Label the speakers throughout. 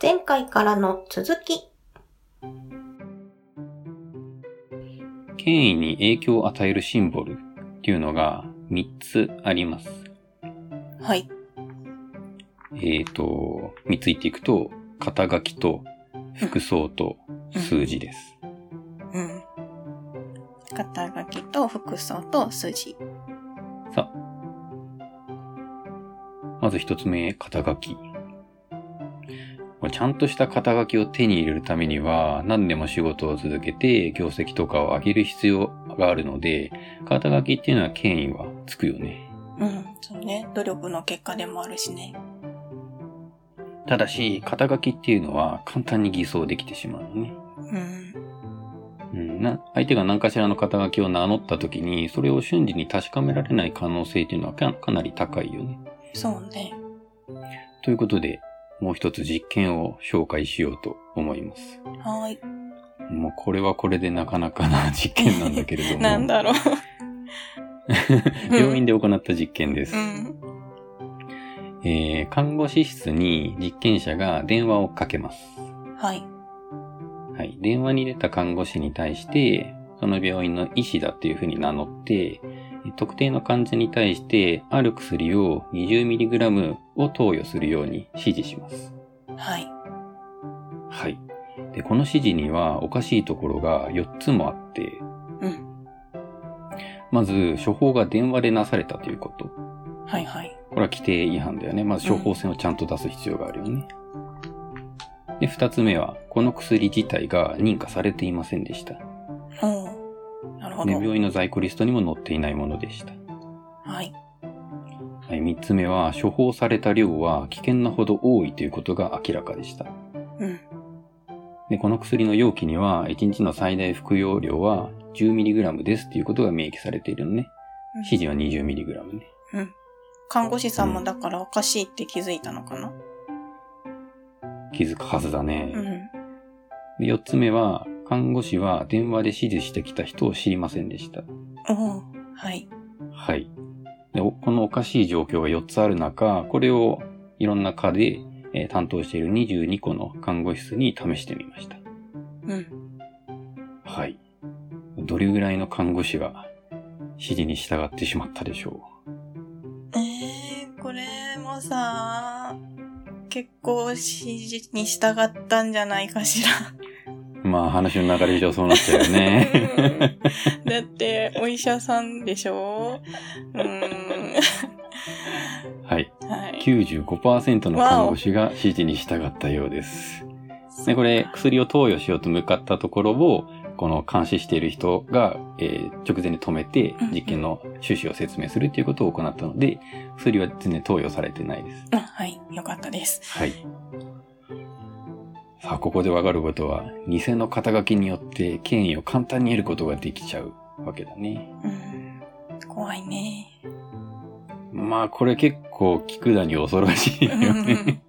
Speaker 1: 前回からの続き。
Speaker 2: 権威に影響を与えるシンボルっていうのが3つあります。
Speaker 1: はい。
Speaker 2: えっ、と、3つ言っていくと、肩書きと服装と数字です。
Speaker 1: うん。肩書きと服装と数字。
Speaker 2: さあ、まず1つ目、肩書き。これちゃんとした肩書きを手に入れるためには、何でも仕事を続けて、業績とかを上げる必要があるので、肩書きっていうのは権威はつくよね。
Speaker 1: うん。そうね。努力の結果でもあるしね。
Speaker 2: ただし、肩書きっていうのは簡単に偽装できてしまうのね。
Speaker 1: うん。
Speaker 2: うん、な相手が何かしらの肩書きを名乗った時に、それを瞬時に確かめられない可能性っていうのはかかなり高いよね。
Speaker 1: そうね。
Speaker 2: ということで、もう一つ実験を紹介しようと思います。
Speaker 1: はーい。
Speaker 2: もうこれはこれでなかなかな実験なんだけれども。
Speaker 1: なんだろう。
Speaker 2: 病院で行った実験です、
Speaker 1: うん。
Speaker 2: えー看護師室に実験者が電話をかけます。
Speaker 1: はい。
Speaker 2: はい。電話に出た看護師に対して、その病院の医師だっていうふうに名乗って、特定の患者に対して、ある薬を 20mg を投与するように指示します。
Speaker 1: はい。
Speaker 2: はい。で、この指示にはおかしいところが4つもあって、
Speaker 1: うん。
Speaker 2: まず、処方が電話でなされたということ。
Speaker 1: はいはい。
Speaker 2: これは規定違反だよね。まず処方箋をちゃんと出す必要があるよね。で、2つ目は、この薬自体が認可されていませんでした。
Speaker 1: おうなるほ
Speaker 2: で
Speaker 1: ど。
Speaker 2: 病院の在庫リストにも載っていないものでした。
Speaker 1: はい。
Speaker 2: はい、3つ目は、処方された量は危険なほど多いということが明らかでした。
Speaker 1: うん。
Speaker 2: で、この薬の容器には、1日の最大服用量は 10mg ですということが明記されているのね。指示は 20mg ね。
Speaker 1: 看護師さんもだからおかしいって気づいたのかな
Speaker 2: 気づくはずだ
Speaker 1: う
Speaker 2: ね。
Speaker 1: ん。
Speaker 2: で4つ目は、看護師は電話で指示してきた人を知りませんでした。
Speaker 1: おうはい。
Speaker 2: はい。でおこのおかしい状況が4つある中、これをいろんな科で、えー担当している22個の看護師室に試してみました。
Speaker 1: うん。
Speaker 2: はい。どれぐらいの看護師が指示に従ってしまったでしょ
Speaker 1: えー、これもさ、結構指示に従ったんじゃないかしら。
Speaker 2: う。まあ話の流れ上そうなっちゃうよ ね。
Speaker 1: うんだって、お医者さんでしょうーん。
Speaker 2: はい。
Speaker 1: はい。
Speaker 2: 95%の看護師が指示に従ったようです。で、これ薬を投与しようと向かったところを、この監視している人が、えー直前に止めて
Speaker 1: うんうん
Speaker 2: 実験の趣旨を説明するということを行ったので、薬は全然投与されてないです。
Speaker 1: あはい。よかったです。
Speaker 2: はい。さあ、ここでわかることは、偽の肩書きによって権威を簡単に得ることができちゃうわけだね。
Speaker 1: うん。怖いね。
Speaker 2: まあ、これ結構聞くだに恐ろしいよ ね。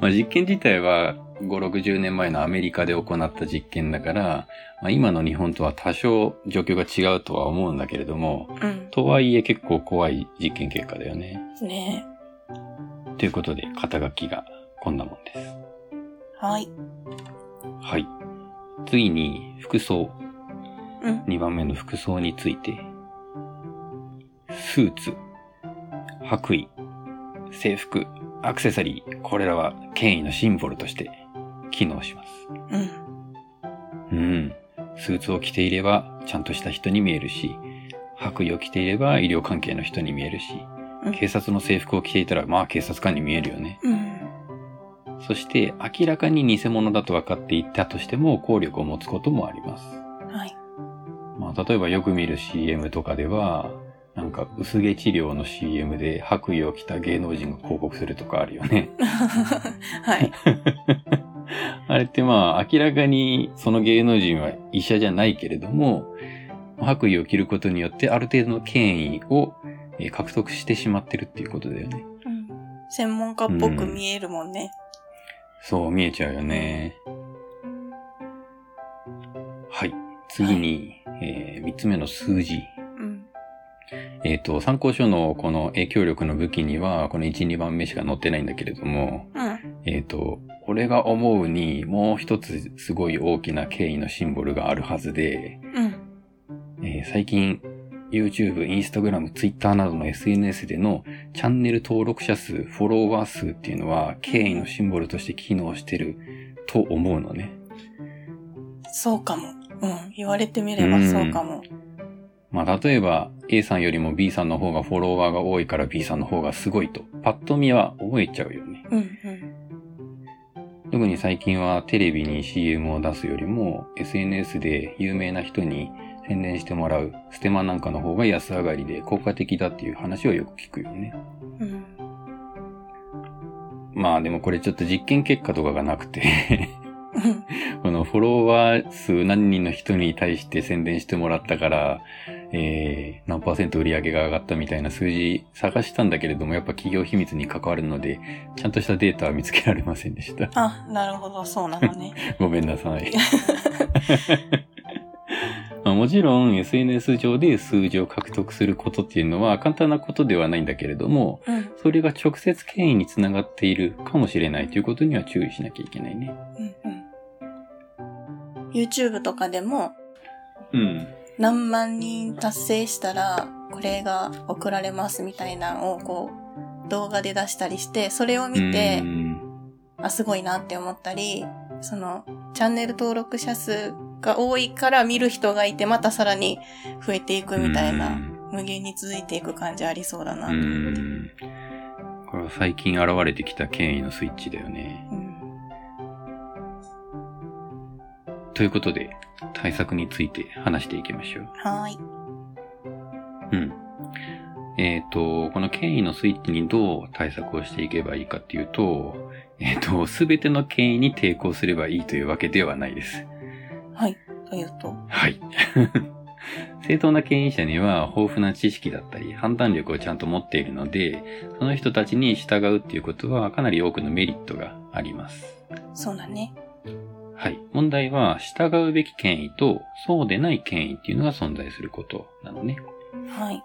Speaker 2: まあ、実験自体は5、60年前のアメリカで行った実験だから、まあ、今の日本とは多少状況が違うとは思うんだけれども、
Speaker 1: うん。
Speaker 2: とはいえ結構怖い実験結果だよね。
Speaker 1: ね
Speaker 2: ということで、肩書きがこんなもんです。
Speaker 1: はい。
Speaker 2: はい。次に、服装。
Speaker 1: うん。
Speaker 2: 2番目の服装について。スーツ、白衣、制服、アクセサリー、これらは権威のシンボルとして機能します。
Speaker 1: うん。
Speaker 2: うん。スーツを着ていればちゃんとした人に見えるし、白衣を着ていれば医療関係の人に見えるし
Speaker 1: うん、
Speaker 2: 警察の制服を着ていたらまあ警察官に見えるよね。
Speaker 1: うん。
Speaker 2: そして明らかに偽物だと分かっていたとしても効力を持つこともあります。
Speaker 1: はい。
Speaker 2: まあ、例えばよく見る CM とかでは、なんか薄毛治療の CM で白衣を着た芸能人が広告するとかあるよね。
Speaker 1: はい。
Speaker 2: あれってまあ明らかにその芸能人は医者じゃないけれども、白衣を着ることによってある程度の権威をえー獲得してしまってるっていうことだよね。
Speaker 1: うん専門家っぽく見えるもんね。
Speaker 2: そう見えちゃうよね。はい。次に、え3つ目の数字。
Speaker 1: うん。
Speaker 2: えっ、と、参考書のこの影響力の武器には、この1、2番目しか載ってないんだけれども、
Speaker 1: うん。
Speaker 2: えっ、と、俺が思うに、もう一つすごい大きな敬意のシンボルがあるはずで、
Speaker 1: うん。
Speaker 2: えー最近、YouTube、Instagram、Twitter などの SNS でのチャンネル登録者数、フォロワー数っていうのは敬意のシンボルとして機能してると思うのね。
Speaker 1: そうかも。うん。言われてみればそうかも。
Speaker 2: まあ、例えば A さんよりも B さんの方がフォロワーが多いから B さんの方がすごいと、パッと見は思えちゃうよね。
Speaker 1: うん、うん。
Speaker 2: 特に最近はテレビに CM を出すよりも SNS で有名な人に宣伝してもらうステマなんかの方が安上がりで効果的だっていう話をよく聞くよね。
Speaker 1: うん。
Speaker 2: まあでもこれちょっと実験結果とかがなくて
Speaker 1: うん。
Speaker 2: このフォロワー数何人の人に対して宣伝してもらったから、えー、何パーセント売り上げが上がったみたいな数字探したんだけれどもやっぱ企業秘密に関わるのでちゃんとしたデータは見つけられませんでした。
Speaker 1: あ、なるほど、そうなのね。
Speaker 2: ごめんなさい。まあもちろん SNS 上で数字を獲得することっていうのは簡単なことではないんだけれども、
Speaker 1: うん。
Speaker 2: それが直接権威につながっているかもしれないということには注意しなきゃいけないね。
Speaker 1: うん、うん。YouTube とかでも、
Speaker 2: うん。
Speaker 1: 何万人達成したら、これが送られますみたいなのを、こう、動画で出したりして、それを見て、あ、すごいなって思ったり、その、チャンネル登録者数が多いから見る人がいて、またさらに増えていくみたいな、無限に続いていく感じありそうだな
Speaker 2: う。ん。これは最近現れてきた権威のスイッチだよね。
Speaker 1: うん
Speaker 2: ということで、対策について話していきましょう。
Speaker 1: はーい。
Speaker 2: うん。えっ、と、この権威のスイッチにどう対策をしていけばいいかっていうと、えっ、と、すべての権威に抵抗すればいいというわけではないです。
Speaker 1: はい。というと。
Speaker 2: はい。 正当な権威者には豊富な知識だったり判断力をちゃんと持っているので、その人たちに従うっていうことはかなり多くのメリットがあります。
Speaker 1: そうだね。
Speaker 2: はい。問題は、従うべき権威と、そうでない権威っていうのが存在することなのね。
Speaker 1: はい。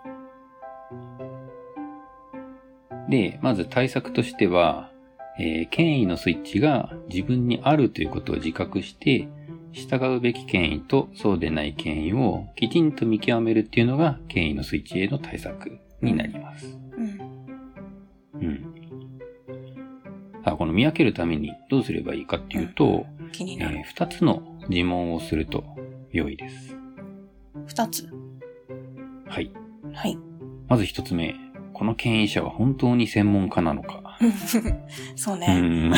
Speaker 2: で、まず対策としては、えー権威のスイッチが自分にあるということを自覚して、従うべき権威とそうでない権威をきちんと見極めるっていうのが権威のスイッチへの対策になります。
Speaker 1: うん。
Speaker 2: うん。さあ、この見分けるためにどうすればいいかっていうと、
Speaker 1: 気に
Speaker 2: え
Speaker 1: なる。
Speaker 2: ー二つの自問をすると良いです。
Speaker 1: 二つ。
Speaker 2: はい。
Speaker 1: はい。
Speaker 2: まず一つ目。この権威者は本当に専門家なのか。
Speaker 1: そう
Speaker 2: う
Speaker 1: ね。
Speaker 2: ん。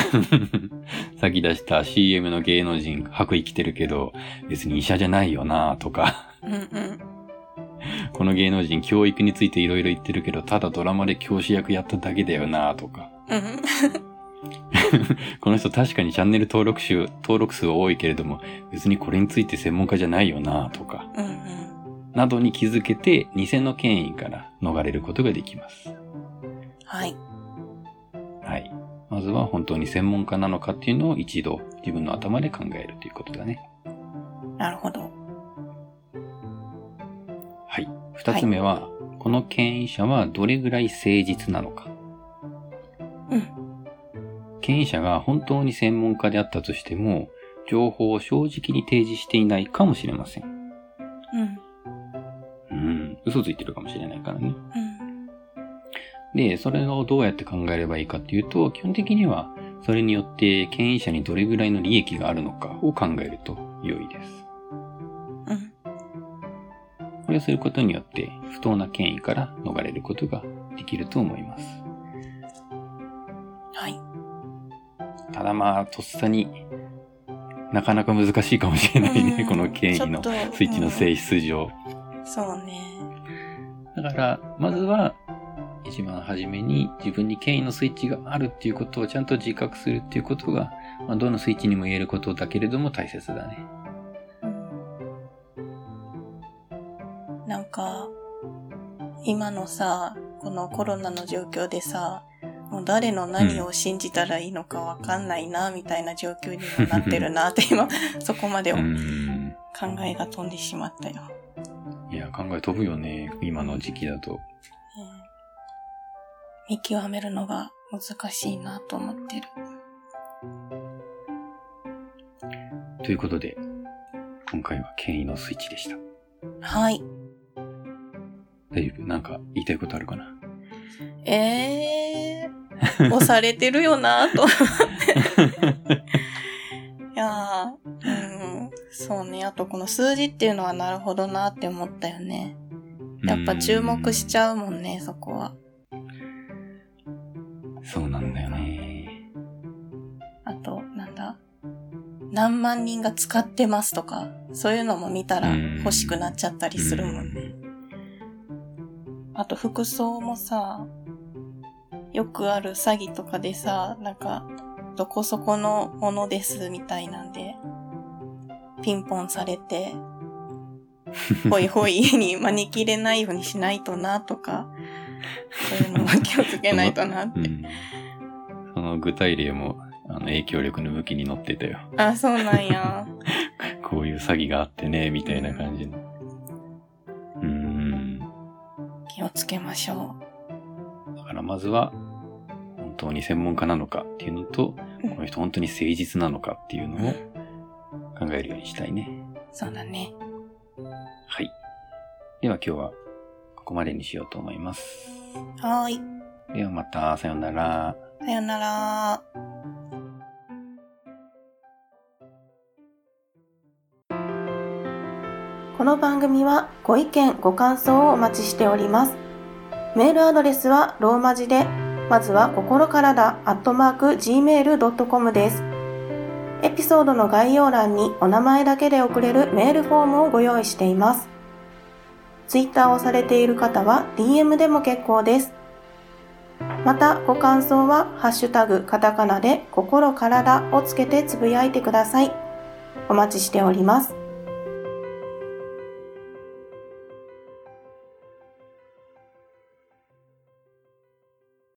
Speaker 2: 先出した CM の芸能人、白衣着てるけど、別に医者じゃないよなとか、
Speaker 1: うんうん。
Speaker 2: この芸能人教育についていろいろ言ってるけど、ただドラマで教師役やっただけだよなとか、
Speaker 1: うん。
Speaker 2: この人確かにチャンネル登録数、登録数多いけれども、別にこれについて専門家じゃないよなとか、
Speaker 1: うんうん。
Speaker 2: などに気づけて、偽の権威から逃れることができます。
Speaker 1: はい。
Speaker 2: はい。まずは本当に専門家なのかっていうのを一度自分の頭で考えるということだね。
Speaker 1: なるほど。
Speaker 2: はい。二つ目は、この権威者はどれぐらい誠実なのか。
Speaker 1: うん。
Speaker 2: 権威者が本当に専門家であったとしても、情報を正直に提示していないかもしれません。
Speaker 1: う
Speaker 2: う
Speaker 1: ん。
Speaker 2: ん。嘘ついてるかもしれないからね。
Speaker 1: うん。
Speaker 2: で、それをどうやって考えればいいかっていうと、基本的には、それによって権威者にどれぐらいの利益があるのかを考えると良いです。
Speaker 1: うん。
Speaker 2: これをすることによって、不当な権威から逃れることができると思います。
Speaker 1: はい。
Speaker 2: ただまあ、とっさになかなか難しいかもしれないね、
Speaker 1: うん
Speaker 2: この権威の
Speaker 1: ちょっと
Speaker 2: スイッチの性質上。
Speaker 1: そうね。
Speaker 2: だから、まずは、一番初めに自分に権威のスイッチがあるっていうことをちゃんと自覚するっていうことが、まあ、どのスイッチにも言えることだけれども大切だね。
Speaker 1: うんなんか、今のさ、このコロナの状況でさ、もう誰の何を信じたらいいのかわかんないな、みたいな状況にもなってるな、って今、そこまで
Speaker 2: う
Speaker 1: 考
Speaker 2: ん。
Speaker 1: えが飛んでしまったよ。
Speaker 2: いや、考え飛ぶよね、今の時期だと。
Speaker 1: うん見極めるのが難しいなと思ってる。
Speaker 2: ということで、今回は権威のスイッチでした。
Speaker 1: はい。
Speaker 2: 大丈夫なんか言いたいことあるかな
Speaker 1: えー、 押されてるよなぁと。 いやー、うん、そうね。あとこの数字っていうのはなるほどなって思ったよね。やっぱ注目しちゃうもんね、そこは。
Speaker 2: うんそうなんだよね。
Speaker 1: あと、なんだ何万人が使ってますとか、そういうのも見たら
Speaker 2: うん
Speaker 1: 欲しくなっちゃったりするもんね。あと服装もさ、よくある詐欺とかでさ、なんか、どこそこのものですみたいなんで、ピンポンされて、 ほいほい家に招き入れないようにしないとなとか、そういうのも気をつけないとなって
Speaker 2: う。ん。その具体例も、あの、影響力の武器に乗ってたよ。
Speaker 1: あ、そうなんや。
Speaker 2: こういう詐欺があってね、みたいな感じの。うーん。
Speaker 1: 気をつけましょ
Speaker 2: だからまずは、本当に専門家なのかっていうのと、
Speaker 1: うん
Speaker 2: この人本当に誠実なのかっていう
Speaker 1: う。
Speaker 2: のを考えるようにしたいね。
Speaker 1: そうだね。
Speaker 2: はい。では今日はここまでにしようと思います。
Speaker 1: はーい。
Speaker 2: ではまた、さようなら。
Speaker 1: さよなら。この番組はご意見、ご感想をお待ちしております。メールアドレスはローマ字で、まずは心からだ、アットマーク、gmail.com です。エピソードの概要欄にお名前だけで送れるメールフォームをご用意しています。ツイッターをされている方は DM でも結構です。またご感想は「ハッシュタグカタカナ」で「心からだ」をつけてつぶやいてくださいお待ちしております